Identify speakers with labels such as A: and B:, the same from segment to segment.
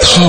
A: 他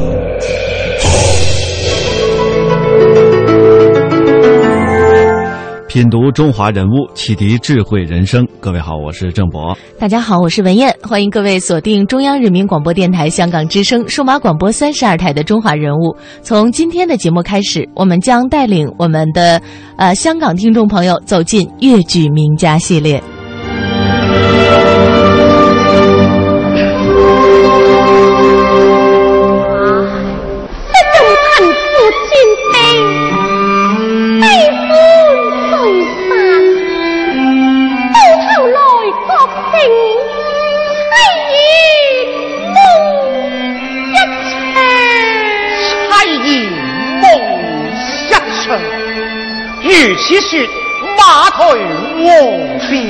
B: 品读中华人物，启迪智慧人生。各位好，我是郑博。
C: 大家好，我是文燕，欢迎各位锁定中央人民广播电台香港之声数码广播三十二台的《中华人物》。从今天的节目开始，我们将带领我们的呃香港听众朋友走进粤剧名家系列。
D: 不用贫富尊卑，悲欢聚散，到頭來各成妻兒夢一場。
E: 妻兒夢一場。如此說，馬退黃變，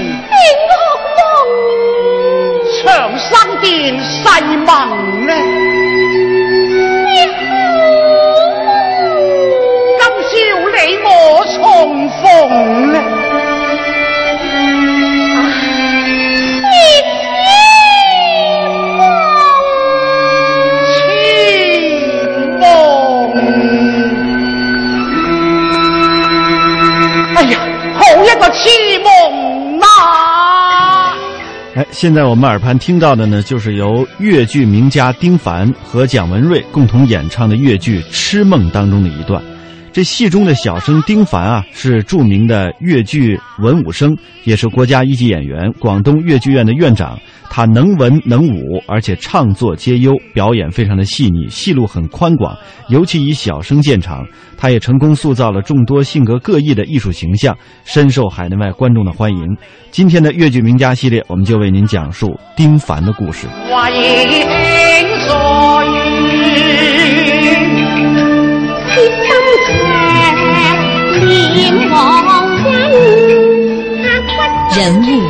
D: 正學
E: 長生殿誓盟呢？今宵你我重逢呢？
D: 用痴痴望。
E: 痴梦。哎呀，好一個痴夢啊！
B: 哎，现在我们耳畔听到的呢，就是由越剧名家丁凡和蒋文瑞共同演唱的越剧《痴梦》当中的一段。这戏中的小生丁凡啊，是著名的越剧文武生，也是国家一级演员，广东越剧院的院长。他能文能武，而且唱作皆优，表演非常的细腻，戏路很宽广，尤其以小生见长。他也成功塑造了众多性格各异的艺术形象，深受海内外观众的欢迎。今天的越剧名家系列，我们就为您讲述丁凡的故事。
E: 為情所願。
D: 切心肠，念往君，刻骨
F: 人物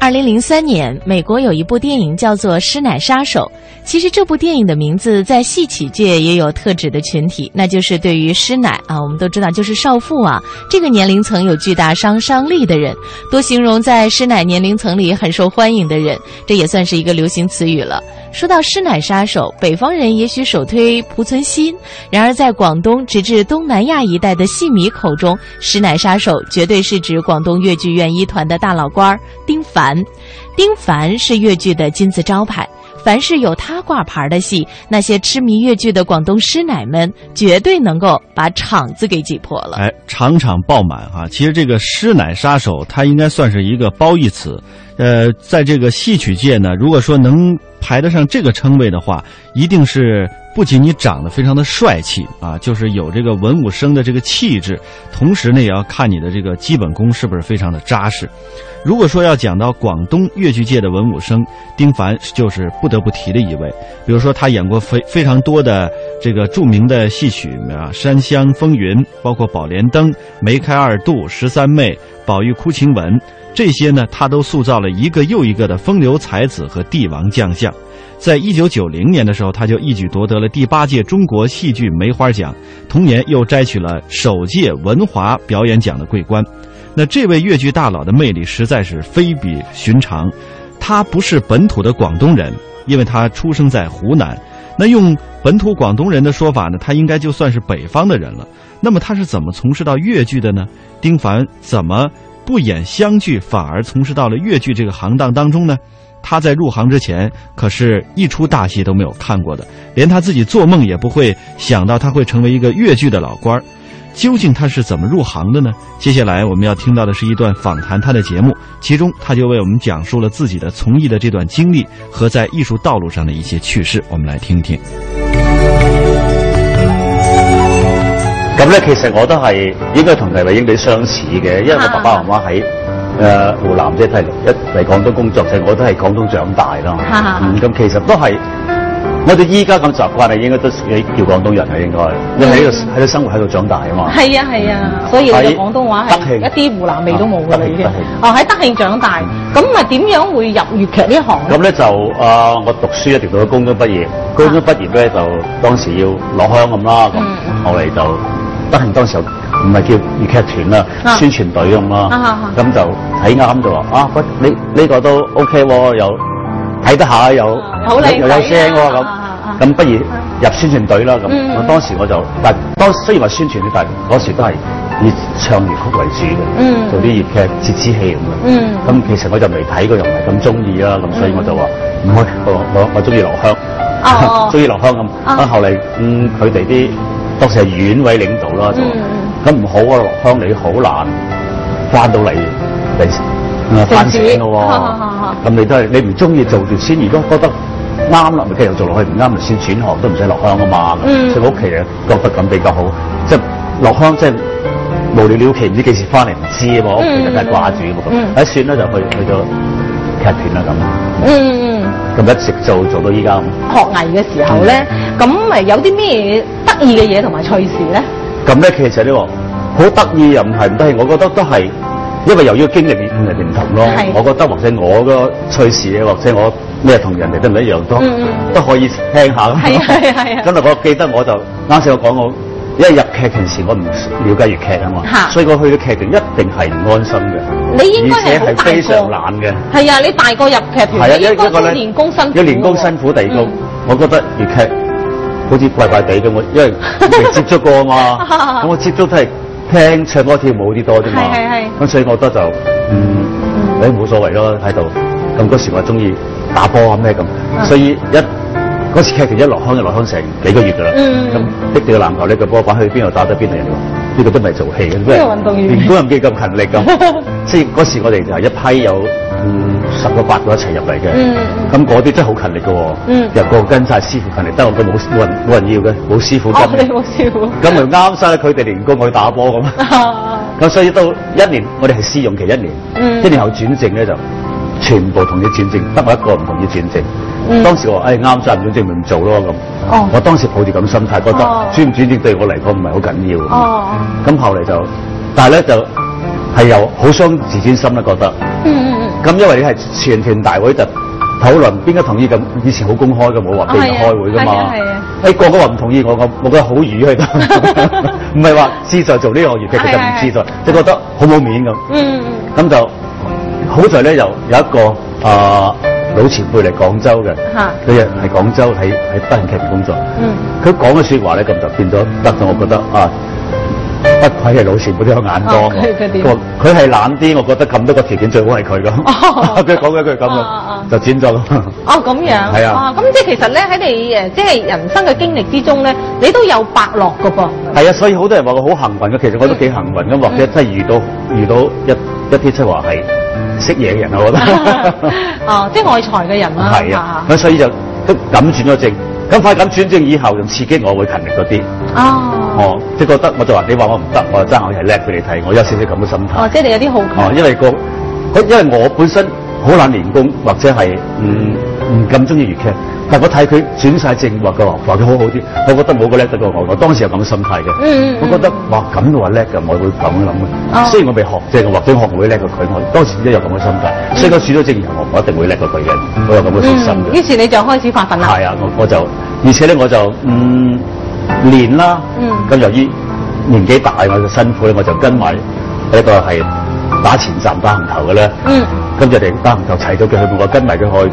C: 二零零三年，美国有一部电影叫做《师奶杀手》。其实这部电影的名字在戏曲界也有特指的群体，那就是对于师奶啊，我们都知道就是少妇啊，这个年龄层有巨大杀伤力的人，多形容在师奶年龄层里很受欢迎的人，这也算是一个流行词语了。说到师奶杀手，北方人也许首推濮存昕，然而在广东直至东南亚一带的戏迷口中，师奶杀手绝对是指广东越剧院一团的大老官儿丁凡。丁凡是越剧的金字招牌，凡是有他挂牌的戏，那些痴迷越剧的广东师奶们绝对能够把场子给挤破了。
B: 哎，场场爆满哈、其实这个“师奶杀手”它应该算是一个褒义词。呃，在这个戏曲界呢，如果说能排得上这个称谓的话，一定是不仅你长得非常的帅气啊，就是有这个文武生的这个气质，同时呢，也要看你的这个基本功是不是非常的扎实。如果说要讲到广东越剧界的文武生，丁凡就是不得不提的一位。比如说，他演过非非常多的这个著名的戏曲啊，《山乡风云》，包括《宝莲灯》《梅开二度》《十三妹》《宝玉哭晴雯》这些呢，他都塑造了一个又一个的风流才子和帝王将相。在一九九零年的时候，他就一举夺得了第八届中国戏剧梅花奖，同年又摘取了首届文华表演奖的桂冠。那这位越剧大佬的魅力实在是非比寻常，他不是本土的广东人，因为他出生在湖南。那用本土广东人的说法呢，他应该就算是北方的人了。那么他是怎么从事到越剧的呢？丁凡怎么不演湘剧，反而从事到了越剧这个行当当中呢？他在入行之前可是一出大戏都没有看过的，连他自己做梦也不会想到他会成为一个越剧的老官儿。
G: 究竟他是怎么入行的呢？接下来我们要听到的是一段访谈他的节目，其中他就为我们讲述了自己的从艺的这段经历和在艺术道路上的一些趣事，我们来听听。
B: 咁咧，其實我都係應該同黎慧英你相似嘅，因為我爸爸媽媽喺誒湖南即係一嚟廣東工作，就我都係廣東長大啦。
C: 哈哈
B: 嗯，咁其實都係我哋依家咁習慣，係應該都叫廣東人啦，應該因為喺度喺度生活喺度長大啊嘛。
E: 係啊係啊，所以你嘅廣東話係
B: 喺德慶
E: 一啲湖南味都冇㗎啦已經
B: 德慶德慶。
E: 哦，喺德慶長大，咁咪點樣會入粵劇呢行咧？
B: 咁咧就啊、我讀書一直到高中畢
E: 啊
B: 業，高中畢業咧就當時要攞香咁啦，咁、
E: 嗯
B: 後嚟就德慶當時有唔係叫粵劇團啦，
E: 啊
B: 宣傳隊咁
E: 啊啊
B: 啦
E: 啊，
B: 咁、就睇啱就話啊，不你呢、個都 OK 喎，又睇得下又
E: 好靚仔
B: 又有聲喎咁
E: 啊啊啊，
B: 咁不如入宣傳隊啦咁。
E: 嗯
B: 我當時我就但當雖然話宣傳，但嗰時都係以唱粵曲為主嘅，
E: 嗯
B: 做啲粵劇折子戲咁樣。
E: 嗯
B: 咁其實我就未睇過，又唔係咁中意啦，咁所以我就話唔開，我我我中意留
E: 哦哦
B: 香，中意留香咁。
E: 啊
B: 啊後嚟嗯佢哋啲當時係縣委領導啦，就
E: 嗯
B: 話咁唔好啊，留香你好難翻到嚟嚟呃翻醒嘅
E: 好好好好
B: 喎。 咁你都係你唔中意做住先，如果覺得啱啦，咪繼續做落去；唔啱咪先轉行，都唔使落鄉啊嘛。
E: 嗯
B: 所以我屋企人覺得咁比較好，即係落鄉即係無了了期，唔知幾時翻嚟唔知啊嘛。我屋企人梗係掛住啊
E: 嗯
B: 嘛，咁誒算啦，就去去咗劇團啦咁，
E: 嗯，嗯
B: 咁一直做做到依家咁。
E: 學藝嘅時候咧，咁咪有啲咩得意嘅嘢同埋趣事咧？
B: 咁咧，其實呢個好得意又唔係唔得意，我覺得都係因為由於經歷人哋唔同咯
E: 係。
B: 我覺得或者我個趣事或者我咩同人哋都唔一樣，都、
E: 嗯嗯
B: 都可以聽下咁。
E: 係啊係啊 係啊
B: 咁但我記得我就啱先我講我。因為入劇團時我唔了解粵劇啊嘛
E: 嚇，
B: 所以我去到劇團一定係唔安心嘅，
E: 你應該係好
B: 而且
E: 大
B: 係
E: 個
B: 非常懶嘅。
E: 係啊，你大個入劇團，
B: 係啊，
E: 你應
B: 一
E: 該
B: 一
E: 都
B: 個咧
E: 練功辛苦，
B: 一練功辛苦，第二個
E: 嗯，
B: 我覺得粵劇好似怪怪地咁，我因 為未接觸過啊嘛，咁我接觸都係聽唱歌跳舞啲多啫嘛
E: 係係係，
B: 咁所以我覺得就嗯誒冇所謂咯喺度，咁嗰時我中意打波啊咩咁，所以一。嗰時劇團一落鄉就落鄉成幾個月㗎啦，
E: 嗯
B: 咁逼住個籃球呢個波板去邊度打得邊度人喎，呢個都唔係做戲嘅，
E: 呢個運動員
B: 都唔記咁勤力 咁，即係嗰時我哋就係一批有嗯十個八個一齊入嚟嘅
E: 嗯，
B: 咁嗰啲真係好勤力嘅喎，
E: 嗯
B: 入個跟晒師傅勤力，得我都冇冇人冇人要嘅，冇師傅
E: 哦，你
B: 跟，
E: 冇笑。
B: 咁咪啱晒佢哋練功去打波咁，
E: 啊
B: 咁所以到一年我哋係試用期一年，
E: 嗯
B: 一年後轉正咧就全部同意轉正，得我一個唔同意轉正。
E: 嗯
B: 當時我話：，誒哎啱晒唔轉正咪唔做咯咁。
E: 哦
B: 我當時抱住咁心態，覺得
E: 哦
B: 轉唔轉正對我嚟講唔係好緊要。
E: 哦，
B: 咁後嚟就，但係咧就係又好傷自尊心啦，覺得。
E: 嗯嗯
B: 咁因為你係全團大會就討論邊個同意咁，以前好公開嘅，冇話秘密開會噶
E: 係啊
B: 嘛
E: 係啊係啊。
B: 誒哎個個話唔同意我，我我覺得好愚喺度， 唔係話志在做呢個粵劇，其實唔志
E: 係係
B: 在，就覺得好冇面咁。
E: 嗯嗯
B: 咁就好在咧，又有一個啊、老前輩嚟廣州嘅
E: 嚇，
B: 佢又係廣州喺喺德慶劇團工作。
E: 嗯，
B: 佢講嘅説話咧，咁就變咗得到我覺得啊，不愧係老前輩都有眼光
E: 啊佢佢點
B: 喎。佢佢係懶啲，我覺得咁多個條件最好係佢咁。
E: 哦
B: 佢講咗句咁
E: 啊啊啊
B: 樣，就轉咗咯。
E: 哦咁樣，
B: 係啊
E: 咁即係其實咧喺你誒即係人生嘅經歷之中咧，你都有伯樂噶噃，
B: 係啊，所以好多人話我好幸運嘅，其實我都幾幸運嘅，
E: 嗯
B: 或者真係遇到遇到一一啲即係話係識嘢嘅人，我覺得。
E: 哦，即係愛才嘅人啦，
B: 係啊，咁所以就都咁轉咗正，咁快咁轉正以後，就刺激我會勤力嗰啲。
E: 哦，
B: 哦，即係覺得我就話你話我唔得，我就爭我係叻俾你睇，我有少少咁嘅心態
E: 哦，。即係你有啲好
B: 哦，
E: 強，
B: 因為個，我因為我本身好懶練功，或者係唔唔咁中意粵劇，但我睇佢轉晒正話嘅話，話佢好好啲，我覺得冇個叻得過我，我當時有咁嘅心態嘅。
E: 嗯嗯嗯
B: 我覺得哇咁嘅話叻嘅，我會咁諗嘅。
E: 哦
B: 雖然我未學啫，我或者學會叻過佢，我當時都有咁嘅心態。
E: 嗯
B: 所以我轉咗正以後，我我一定會叻過佢嘅，我有咁嘅信心嘅。
E: 於是你就開始發奮啦，
B: 係啊，我我就而且咧我就嗯練啦
E: 嗯，
B: 咁、由於年紀大我就辛苦咧，我就跟埋一個係打前站打行頭嘅咧，
E: 嗯
B: 咁就哋打行頭齊咗佢去，我跟埋佢去。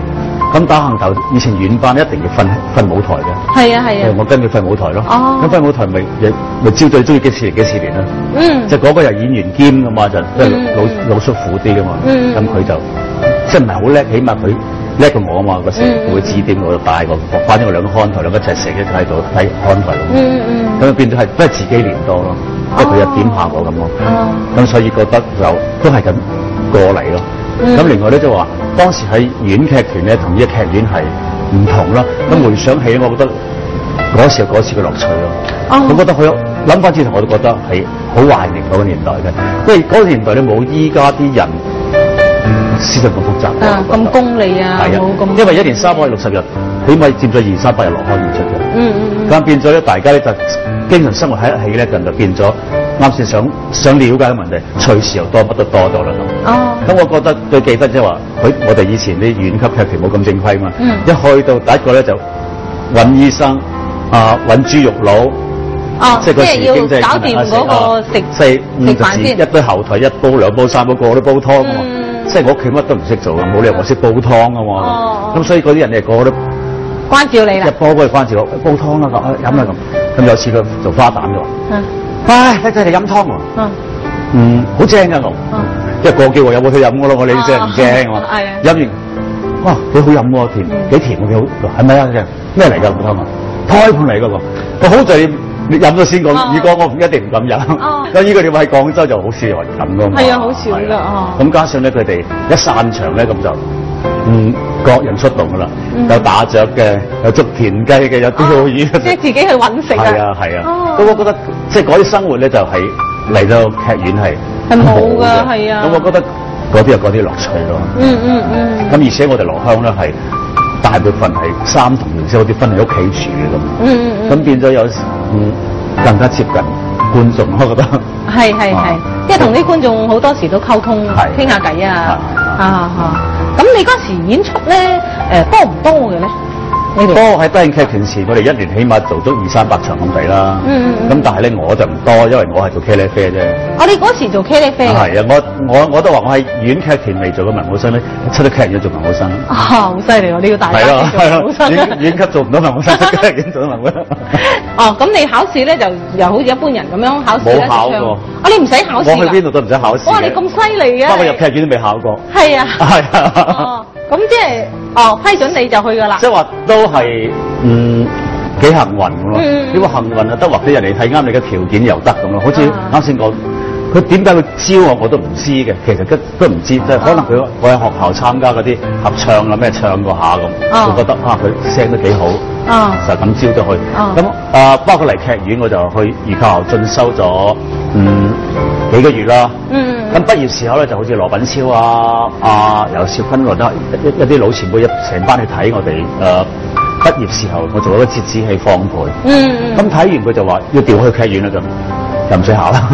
B: 咁打行頭以前遠班一定要瞓瞓舞台嘅，
E: 係啊係
B: 我
E: 啊，
B: 跟佢瞓舞台咯。
E: 哦
B: 咁瞓舞台咪亦咪朝最中意幾時年幾時年啦。
E: 嗯
B: 就嗰個又演員兼噶嘛，就即係老
E: 嗯
B: 老叔父啲噶嘛，
E: 嗯
B: 咁佢就即係唔係好叻，起碼佢叻過我啊嘛，個時
E: 嗯
B: 佢會指點我，就帶我，反正我兩個看台，兩個一齊食一齊喺度睇看台咁，
E: 嗯嗯
B: 咁就變咗係都係自己練多咯，不過佢又點下我咁咯。
E: 哦
B: 咁所以覺得就都係咁過嚟咯。
E: 嗯
B: 咁、另外咧就話，當時喺院劇團咧同呢個劇院係唔同啦。咁回想起，我覺得嗰時有嗰時嘅樂趣咯。
E: 哦
B: 我覺得佢諗翻轉頭，我都覺得係好懷念嗰個年代嘅，因為嗰個年代咧冇依家啲人思想咁複雜。
E: 啊，
B: 我覺
E: 咁
B: 得
E: 功利啊，
B: 係
E: 冇
B: 啊，
E: 咁
B: 因為一年三百六十日，起碼佔咗二三百日落開演出嘅。
E: 嗯嗯嗯
B: 咁變咗咧，大家咧就經常生活喺一起咧，人就變咗啱先想想了解嘅問題，隨時又多乜都多咗啦咁。
E: 哦
B: 咁我覺得最記得即係話，佢我哋以前啲院級劇團冇咁正規嘛，
E: 嗯
B: 一去到第一個咧就揾醫生啊，揾豬肉佬。
E: 哦，即
B: 係嗰時
E: 係
B: 已
E: 要
B: 經即係
E: 搞掂嗰個食
B: 四啊五
E: 食
B: 十
E: 飯
B: 字
E: 先
B: 一堆後台一煲兩煲三煲個個都煲湯㗎嘛
E: 嗯
B: 即係我屋企乜都唔識做嘅，冇理由我識煲湯㗎
E: 哦
B: 嘛。咁所以嗰啲人咧個個都
E: 關照你
B: 一
E: 啦。
B: 煲佢關照我煲湯啦咁，啊飲啦咁。咁有次佢做花旦嘅話，
E: 嗯
B: 唉，睇佢哋飲湯喎，
E: 嗯
B: 嗯，好正㗎我
E: 嗯，
B: 因為個機會有冇去飲㗎咯，我哋真係唔驚我
E: 哦 係啊。
B: 飲完，哇，幾好飲喎，
E: 嗯
B: 甜幾甜喎，幾好，係咪啊？咩嚟㗎老湯啊？胎盤嚟㗎喎，我好在你飲咗先講
E: 哦，
B: 如果我一定唔敢飲
E: 哦。
B: 咁呢個你話喺廣州就好少有人咁㗎嘛。
E: 係啊好少㗎
B: 係啊
E: 哦
B: 咁加上咧，佢哋一散場咧，咁就嗯各人出動㗎啦，有打雀嘅，有捉田雞嘅，有釣
E: 嗯哦
B: 魚嘅。
E: 即係自己去揾食
B: 係
E: 啊
B: 啊，係
E: 哦
B: 啊。咁我覺得即係嗰啲生活咧，就係嚟到劇院係
E: 係冇㗎
B: 好嘅
E: 係啊
B: 咁我覺得嗰啲有嗰啲樂趣咯。
E: 嗯嗯嗯
B: 咁而且我哋落鄉咧係大部分係三同年宵嗰啲分喺屋企住嘅
E: 嗯嗯
B: 咁，
E: 嗯，
B: 咁變咗有時嗯更加接近觀眾，我覺得。
E: 呃係係係
B: 啊，
E: 即係同啲觀眾好多時都溝通
B: 係
E: 傾下 偈啊
B: 係
E: 啊啊！咁你嗰時演出咧誒多唔多嘅咧？你
B: 多
E: 哋
B: 喺德慶劇團時，我哋一年起碼做咗二三百場咁地啦。
E: 嗯嗯嗯
B: 咁但係咧，我就唔多，因為我係做茄喱啡啫。
E: 我哋嗰時做茄喱啡嘅，
B: 係啊，我我我都話我係院劇團未做過文武生咧，出咗劇院做文武生。
E: 啊好犀利喎！你要大家
B: 係咯，係
E: 做
B: 咯，院院級做唔到文武 生，出劇院做到文武生。
E: 哦，咁你考試咧就又好似一般人咁樣考試咧
B: 冇考
E: 就唱
B: 過
E: 啊你唔使考
B: 我
E: 試㗎
B: 去邊度都唔使考試嘅。
E: 哇！你咁犀利嘅，
B: 不過入劇院都未考 過。
E: 係啊，
B: 係啊
E: 哦，，咁即係哦批准你就去㗎啦
B: 即。係話都係嗯幾幸運咁咯。
E: 嗯
B: 你話幸運啊，得或者人哋睇啱你嘅條件又得咁咯。好似
E: 啊
B: 啱先講，佢點解會招我我都唔知嘅，其實都都唔知，即
E: 啊
B: 係可能佢我喺學校參加嗰啲合唱啊咩唱過下
E: 啊
B: 咁，就覺得啊佢聲都幾好。
E: 啊
B: 就咁招咗去。
E: 啊
B: 咁啊，包括嚟劇院，我就去預教學進修咗嗯幾個月啦。
E: 嗯
B: 咁畢業時候咧，就好似羅品超啊、啊尤少芬倫啦，一一啲老前輩一成班去睇我哋誒、呃、畢業時候，我做咗個折子戲放盤。
E: 嗯
B: 咁睇完佢就話要調去劇院啦咁，又唔使考 啦。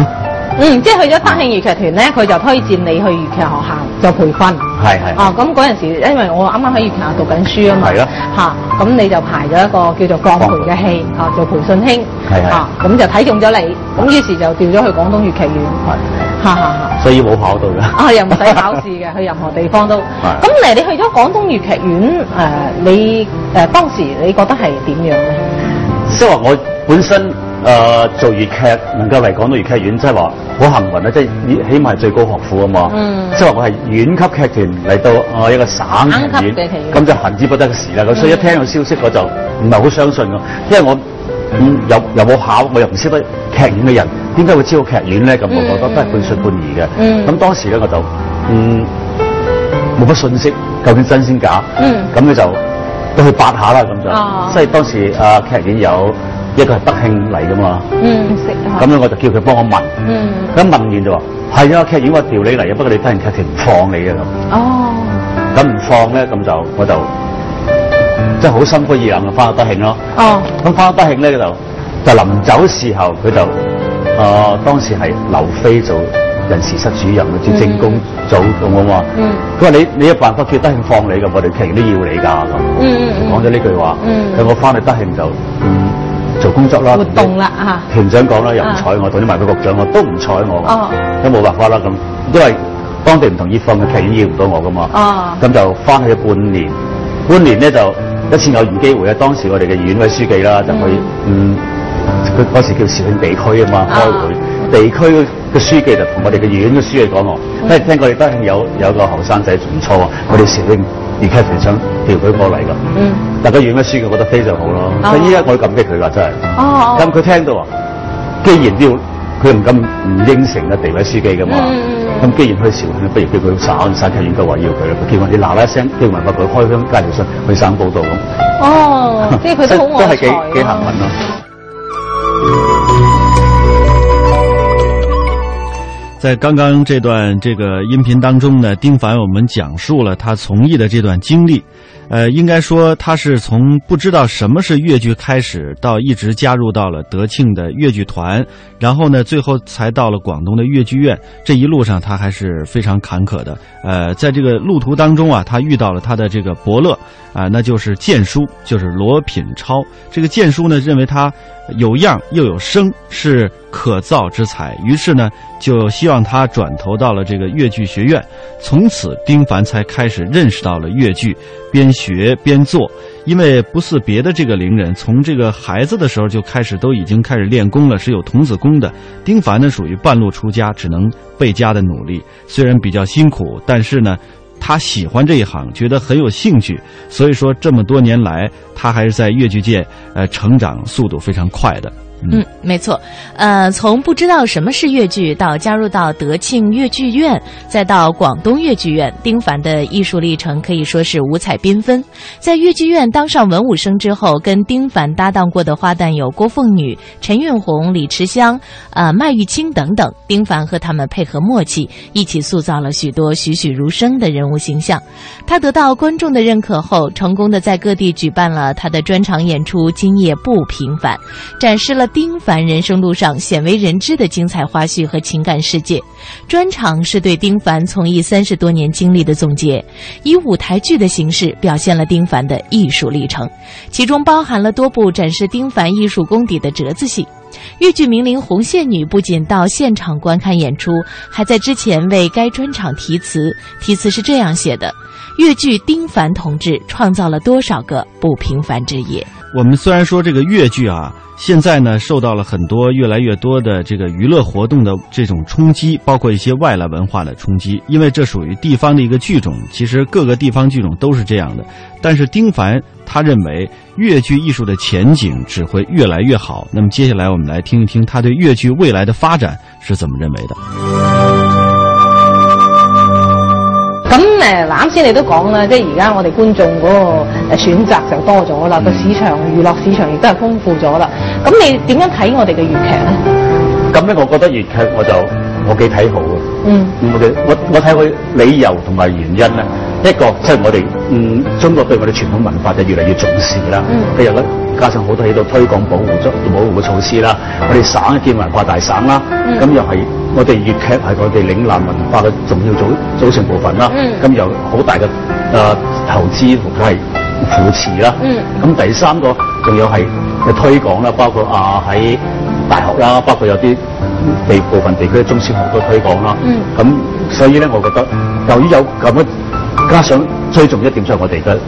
E: 嗯，即係去咗德慶粵劇團咧，佢就推薦你去粵劇學校做培訓。
B: 係係
E: 哦，咁嗰陣時，因為我啱啱喺粵劇校讀緊書啊嘛。
B: 係啊
E: 嚇，咁你就排咗一個叫做鋼培嘅戲，啊，做培訓兄。
B: 係係
E: 啊咁就睇中咗你，咁於是就調咗去廣東粵劇院。
B: 係，
E: 哈哈哈。
B: 所以冇考到㗎。
E: 啊，又唔使考試嘅，去任何地方都。
B: 係
E: 咁嚟，你去咗廣東粵劇院，誒、你誒、當時你覺得係點樣咧？
B: 即係話我本身誒、呃做粵劇能夠嚟廣到粵劇院，即係話好幸運啦！啊即係起起碼係最高學府啊嘛。
E: 嗯
B: 即係話我係縣級劇團嚟到呃我一個省劇
E: 省級嘅劇
B: 院
E: 院，
B: 咁就恨之不得嘅事啦。咁所以一聽到消息我就唔係好相信㗎，因為我。嗯，又又冇考，我又唔識得劇院嘅人，點解會知道劇院咧？咁我覺得都係半信半疑嘅。
E: 嗯
B: 咁當時咧我就嗯冇乜信息，究竟真先假？
E: 嗯
B: 咁你就都去八下啦，咁就。
E: 哦
B: 即係當時啊劇院有一個係德慶嚟噶嘛，
E: 嗯，食
B: 咁樣我就叫佢幫我問，
E: 嗯，
B: 咁問完就話係啊劇院我調你嚟啊，不過你德慶劇團唔放你嘅咁，
E: 哦，
B: 咁唔放咧咁就我就即係好心灰意冷啊，翻去德慶咯。
E: 哦，
B: 咁翻去德慶咧就就臨走時候佢就啊、當時係劉飛做人事室主任，做政工組咁啊嘛。
E: 嗯
B: 佢話你你有辦法叫德慶放你㗎，我哋劇院都要你㗎咁。
E: 嗯嗯嗯，
B: 講咗呢句話，
E: 嗯
B: 咁我翻去德慶就嗯做工作啦，
E: 活動啦嚇
B: 團長講啦，又唔
E: 啊
B: 睬我，同啲埋佢局長我都唔睬我
E: 哦，
B: 咁冇辦法啦咁，因為當地唔同意放嘅劇院要唔到我噶嘛
E: 哦，
B: 咁就翻去半年，半年咧就一次偶然機會咧，啊當時我哋嘅縣委書記啦就去嗯，佢嗰時叫肇慶地區啊嘛
E: 啊
B: 開會。地區嘅書記就同我哋嘅縣嘅書記講我，誒聽過你德慶有有個後生仔唔錯喎，我哋肇慶而家團想調佢過嚟㗎。
E: 嗯，
B: 但佢演嘅書，我覺得非常好咯。
E: 哦
B: 所以依家我要感激佢㗎，真係。
E: 哦哦
B: 咁佢聽到啊，既然要佢唔敢唔應承啊地位司機噶嘛。
E: 嗯
B: 咁、既然去潮慶，不如叫佢省省劇院嘅話要佢啦。佢叫我哋嗱嗱聲，叫文化局開香街條信去省報道咁。
E: 哦，即係佢都
B: 都
E: 好
B: 係
E: 愛才啊
B: 幾
E: 喎
B: 幾幸運咯。
G: 在刚刚这段这个音频当中呢，丁凡我们讲述了他从艺的这段经历。呃，应该说他是从不知道什么是越剧开始，到一直加入到了德庆的越剧团，然后呢，最后才到了广东的越剧院。这一路上他还是非常坎坷的。呃，在这个路途当中啊，他遇到了他的这个伯乐啊、那就是剑叔，就是罗品超。这个剑叔呢，认为他有样又有声，是可造之才，于是呢，就希望他转投到了这个越剧学院。从此，丁凡才开始认识到了越剧，边学边做。因为不似别的这个伶人，从这个孩子的时候就开始都已经开始练功了，是有童子功的。丁凡呢，属于半路出家，只能倍加的努力。虽然比较辛苦，但是呢。他喜欢这一行，觉得很有兴趣，所以说这么多年来，他还是在越剧界呃成长速度非常快的。
C: 嗯，没错，呃，从不知道什么是越剧，到加入到德庆越剧院，再到广东越剧院，丁凡的艺术历程可以说是五彩缤纷。在越剧院当上文武生之后，跟丁凡搭档过的花旦有郭凤女、陈韵红、李池香、呃麦玉清等等。丁凡和他们配合默契，一起塑造了许多栩栩如生的人物形象。他得到观众的认可后，成功的在各地举办了他的专场演出《今夜不平凡》，展示了丁凡人生路上鲜为人知的精彩花絮和情感世界。专场是对丁凡从艺三十多年经历的总结，以舞台剧的形式表现了丁凡的艺术历程，其中包含了多部展示丁凡艺术功底的折子戏。越剧名伶红线女不仅到现场观看演出，还在之前为该专场题词。题词是这样写的：“越剧丁凡同志创造了多少个不平凡之夜
G: 我们虽然说这个越剧啊，现在呢受到了很多越来越多的这个娱乐活动的这种冲击，包括一些外来文化的冲击，因为这属于地方的一个剧种，其实各个地方剧种都是这样的。但是丁凡他认为越剧艺术的前景只会越来越好。那么接下来我们来听一听他对越剧未来的发展是怎么认为的。
E: 咁誒，啱先你都講啦，即係而家我哋觀眾嗰個誒選擇就多咗啦，個市場娛樂市場亦都係豐富咗啦。咁你點樣睇我哋嘅粵劇咧？
B: 咁咧，我覺得粵劇我就我幾睇好啊嘅。
E: 嗯，
B: 我哋我我睇佢理由同埋原因咧，一個即係我哋嗯中國對我哋傳統文化就越嚟越重視啦。譬如咧，加上好多喺度推廣保護措保護嘅措施啦，我哋省建文化大省啦，咁、又係我哋粵劇係我哋嶺南文化嘅重要組組成部分啦。咁、有好大嘅誒、呃投資同埋扶持啦。咁、第三個仲有係嘅推廣啦，包括啊喺大學
E: 嗯
B: 啦，包括有啲地部分地區嘅中小學都推廣啦。
E: 嗯
B: 咁、所以咧，我覺得由於有咁嘅，加上最重要一點就係我哋嘅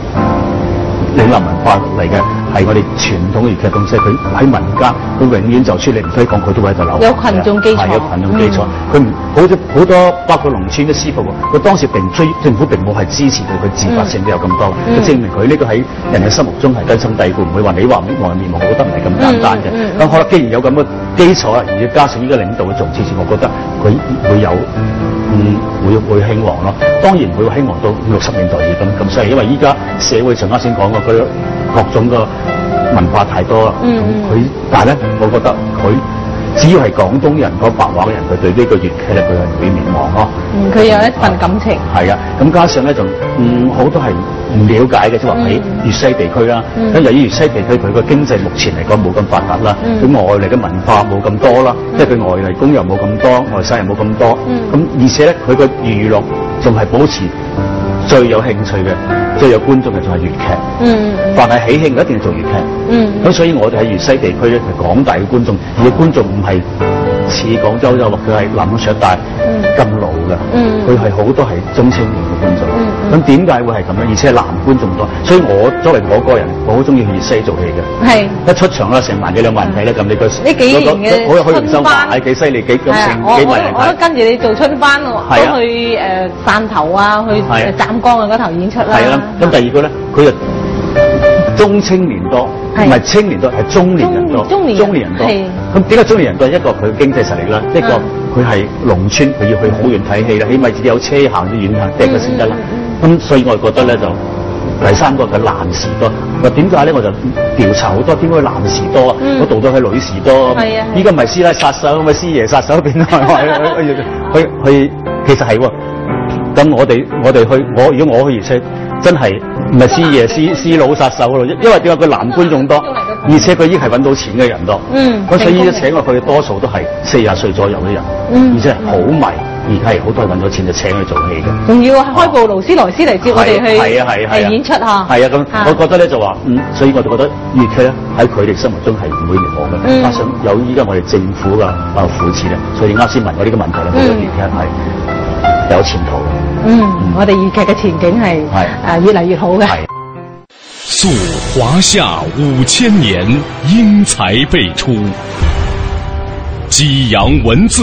B: 嶺南文化嚟嘅，係我哋傳統粵劇咁，即係佢喺民間，佢永遠就算你唔推廣，佢都會喺度留
E: 有群眾基礎嗯
B: 係有群眾基礎。佢唔好多好多包括農村嘅師傅，佢當時並追政府並冇係支持佢，佢自發性都有咁多，
E: 嗯
B: 就證明佢呢個喺人嘅心目中係根深蒂固，唔會話你話面外面貌，我覺得唔係咁簡單嘅。
E: 嗯
B: 咁好啦，既然有咁嘅基礎啦，而加上呢個領導嘅重支持，我覺得佢會有。嗯，會會興旺咯，當然會興旺到五六十年代以咁咁犀利，因為依家社會上啱先講過，佢各種嘅文化太多啦。咁佢、但係咧，我覺得佢只要係廣東人嗰白話嘅人，佢對呢個粵劇咧，佢係唔會面望咯。
E: 嗯佢有一份感情。
B: 係啊，咁加上咧就嗯好多係唔了解嘅，即係話喺粵西地區啦。咁、由於粵西地區佢個經濟目前嚟講冇咁發達啦，佢、外嚟嘅文化冇咁多啦，即係佢外嚟工又冇咁多，外省人冇咁多。咁、而且咧佢個娛樂仲係保持最有興趣嘅、最有觀眾嘅就係粵劇。
E: 嗯
B: 凡係喜慶一定要做粵劇。
E: 嗯
B: 咁所以我哋喺粵西地區咧，係廣大嘅觀眾，而嘅觀眾唔係似廣州又或者係林卓大咁老嘅，
E: 嗯
B: 佢係好多係中青年嘅觀眾。咁點解會係咁樣？而且係男觀眾多，所以我作為我個人，我好中意去粵西做戲嘅。
E: 係。
B: 一出場啦，成萬幾兩萬人睇咧，咁你個呢
E: 幾年嘅
B: 好有好容易收
E: 春班
B: 買，幾犀利，幾咁
E: 係啊，
B: 成
E: 我
B: 幾
E: 我
B: 萬人
E: 都我
B: 睇
E: 都。跟住你做春班喎，
B: 係啊
E: 都去誒汕頭啊，去
B: 係啊
E: 湛江啊嗰頭演出啦。
B: 係啦，咁第二個咧，佢就中青年多，
E: 係
B: 唔係青年多，係中年人多，
E: 中年中年人嗯
B: 多。咁點解中年人多？一個佢經濟實力啦，一個佢係農村，佢要去好遠睇戲啦，起碼自己有車行要遠行趯佢先得啦。
E: 嗯
B: 咁所以我覺得咧就。第三個佢男士多，我點解咧？我就調查好多，點解男士多啊？
E: 嗯
B: 我讀到佢女士多，
E: 係啊係啊
B: 依家咪師奶殺手，咪師爺殺手變 咗係去去，其實係喎。咁我哋我哋去，我如果我去而且真係唔係師 爺師師佬殺手咯，因因為點解佢男觀眾多，而且佢已經係揾到錢嘅人多。
E: 嗯
B: 咁所以
E: 成功嘅
B: 請我佢多數都係四十歲左右嘅人，
E: 嗯
B: 而且係好迷，而係好多人揾到錢就請佢做戲嘅。
E: 仲要開部勞斯萊斯嚟接我哋去
B: 係啊係啊係啊
E: 誒演出嚇，
B: 係啊，咁
E: 啊
B: 我覺得咧就話，嗯，所以我就覺得粵劇咧喺佢哋心目中係唔會滅亡嘅，
E: 嗯
B: 加上有依家我哋政府嘅啊扶持咧，所以啱先問我呢個問題咧，我覺得粵劇係有前 途嘅。
E: 嗯，我哋粵劇嘅前景係
B: 係
E: 誒越嚟越好嘅。
B: 係
A: 溯华夏五千年，英才辈出，激扬文字，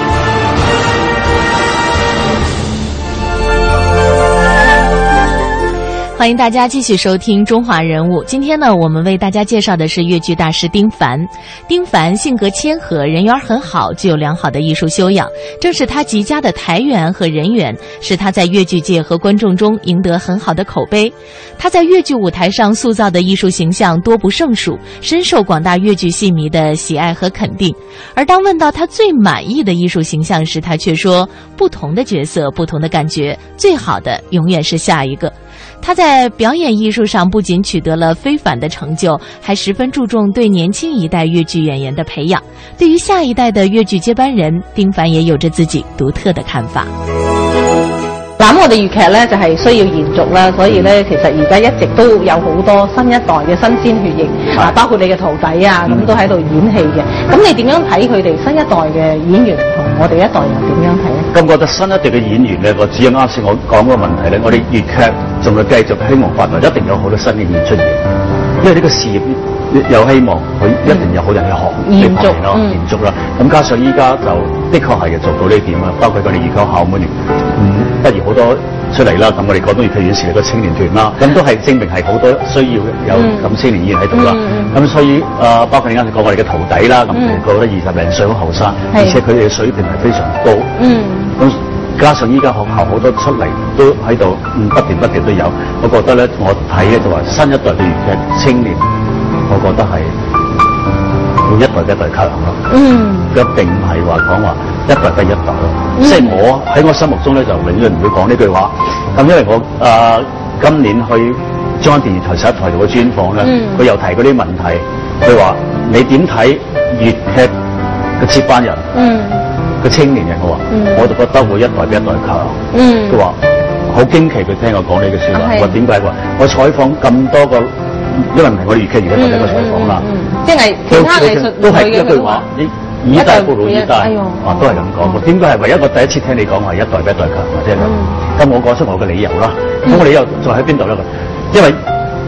C: 欢迎大家继续收听《中华人物》。今天呢，我们为大家介绍的是越剧大师丁凡。丁凡性格谦和，人缘很好，具有良好的艺术修养。正是他极佳的台缘和人缘，使他在越剧界和观众中赢得很好的口碑。他在越剧舞台上塑造的艺术形象多不胜数，深受广大越剧戏迷的喜爱和肯定。而当问到他最满意的艺术形象时，他却说：“不同的角色，不同的感觉，最好的永远是下一个。”他在表演艺术上不仅取得了非凡的成就，还十分注重对年轻一代越剧演员的培养。对于下一代的越剧接班人，丁凡也有着自己独特的看法。
E: 嗱，咁我哋粵劇咧就係、需要延續
B: 嗯
E: 啦，所以咧其實而家一直都有好多新一代嘅新鮮血液，啊，包括你嘅徒弟啊，
B: 嗯
E: 咁都喺度演戲嘅。咁你點樣睇佢哋新一代嘅演員同我哋一代人點樣睇啊咧？
B: 咁覺得新一代嘅演員咧，我只係啱先我講啊嗰個問題咧，我哋粵劇仲會繼續興旺發展，一定有好多新嘅演員出現，因為呢個事業有希望，佢一定有好人去學
E: 延
B: 呢方面咯，
E: 續嗯
B: 延續啦。咁加上依家就的確係做到呢點啊，包括我哋粵劇校每年嗯畢業好多出嚟啦，咁我哋廣東粵劇院時嚟個青年團啦，咁都係證明係好多需要有咁青年演員喺度啦。咁、所以誒、呃包括你啱先講我哋嘅徒弟啦，咁佢覺得二十零歲好後生，而且佢哋嘅水平係非常高。
E: 嗯。
B: 咁加上依家學校好多出嚟都喺度，嗯不斷不斷都有。我覺得咧，我睇咧就話新一代嘅粵劇青年，我覺得係每一代嘅一代吸引咯。
E: 嗯
B: 一定唔係話講話一代不一代咯。即係我喺我心目中咧，就永遠唔會講呢句話。咁因為我啊、今年去中央電視台十一台做嘅專訪咧，佢、又提嗰啲問題，佢話你點睇粵劇嘅接班人？
E: 嗯
B: 個青年人我話，我就覺得會一代比一代強。
E: 嗯
B: 佢話好驚奇，佢聽我講呢句説話。
E: 啊係
B: 我話點解？佢話我採訪咁多個，因為唔係我哋粵劇
E: 嗯
B: 而家我哋個採訪啦。
E: 即係其他藝術
B: 都係
E: 類嘅
B: 一句
E: 佢
B: 話
E: 話，
B: 以以代不如以代，
E: 哎呦
B: 啊都係咁講。點解係唯一我第一次聽你講話一代比一代強嘅啫？
E: 嗯
B: 咁我講出我嘅理由啦。咁我理由在喺邊度咧？因為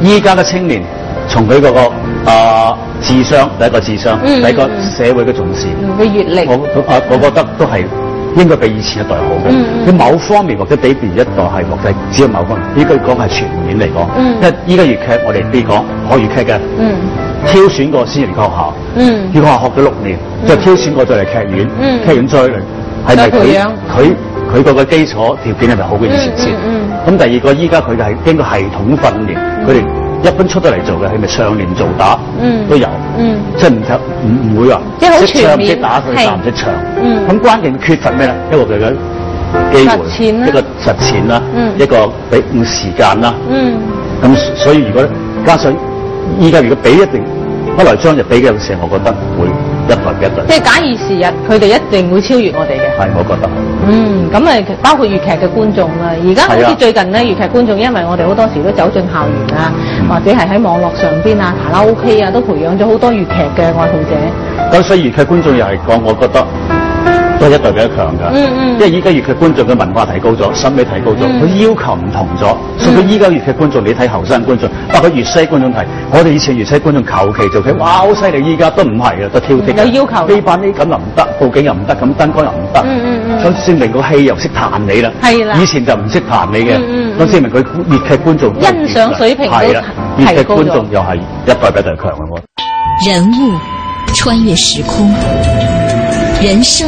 B: 依家嘅青年從佢嗰個啊智商，第一個智商，
E: 嗯
B: 第一個社會嘅重視。
E: 嘅閲歷，
B: 我啊，我覺得都係應該比以前一代好嘅。
E: 嗯
B: 佢、某方面或者比別一代係或者只有某方面，依句講係全面嚟講。
E: 嗯
B: 因為依家粵劇我哋譬如講學粵劇嘅，
E: 嗯
B: 挑選過先嚟學校，
E: 嗯
B: 粵劇學校學咗六年，再挑選過再嚟劇院，
E: 嗯
B: 劇院再嚟，係咪
E: 再培
B: 佢
E: 養
B: 佢佢嗰個基礎條件係咪好過以前先？咁、
E: 嗯
B: 第二個依家佢係經過系統訓練，佢哋、一般出得嚟做嘅係咪上年做打、
E: 嗯
B: 都有，
E: 嗯
B: 即係唔得唔唔會話啊
E: 即係好
B: 識唱
E: 全面
B: 識打佢
E: 係
B: 打唔識唱。
E: 嗯
B: 咁關鍵缺乏咩咧？一個佢嘅機會，
E: 實踐啦
B: 一個實踐啦，
E: 嗯
B: 一個俾五時間啦。
E: 嗯
B: 咁所以如果加上依家如果俾一定不來將就俾嘅時候，我覺得會一代比一
E: 即
B: 代，
E: 係假以時日，佢哋一定會超越我哋嘅。
B: 係我覺得。
E: 嗯，咁誒包括粵劇嘅觀眾啦，而家好
B: 係啊
E: 似最近咧粵劇觀眾，因為我哋好多時都走進校園啊，或者係喺網絡上邊啊、卡拉 OK 啊，都培養咗好多粵劇嘅愛好者。
B: 咁所以粵劇觀眾又係講，我覺得都係一代比一強㗎。
E: 嗯嗯
B: 因為依家粵劇觀眾嘅文化提高咗，審美提高咗，佢、要求唔同咗，所
E: 嗯
B: 以依家粵劇觀眾，你睇後生觀眾，包括粵西觀眾睇，我哋以前粵西觀眾求其做劇，哇好犀利，依家都唔係啊，都挑剔㗎。
E: 嗯有要求
B: 呢版呢咁又唔得，佈景又唔得，咁燈光又唔得。
E: 嗯嗯嗯
B: 咁證明個戲又識彈你啦。
E: 係啦
B: 以前就唔識彈你嘅。
E: 嗯嗯
B: 咁證明佢粵劇觀眾都
E: 欣賞水平都
B: 係啦，粵劇
E: 提高咗
B: 觀眾又係一代比一代強啊嘅喎。
F: 人物穿越时空，人生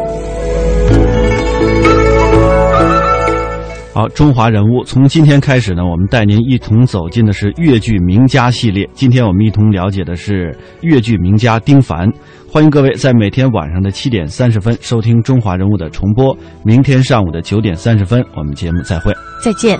G: 好，中华人物，从今天开始呢，我们带您一同走进的是越剧名家系列。今天我们一同了解的是越剧名家丁凡。欢迎各位在每天晚上的七点三十分收听《中华人物》的重播，明天上午的九点三十分，我们节目再会。
C: 再见。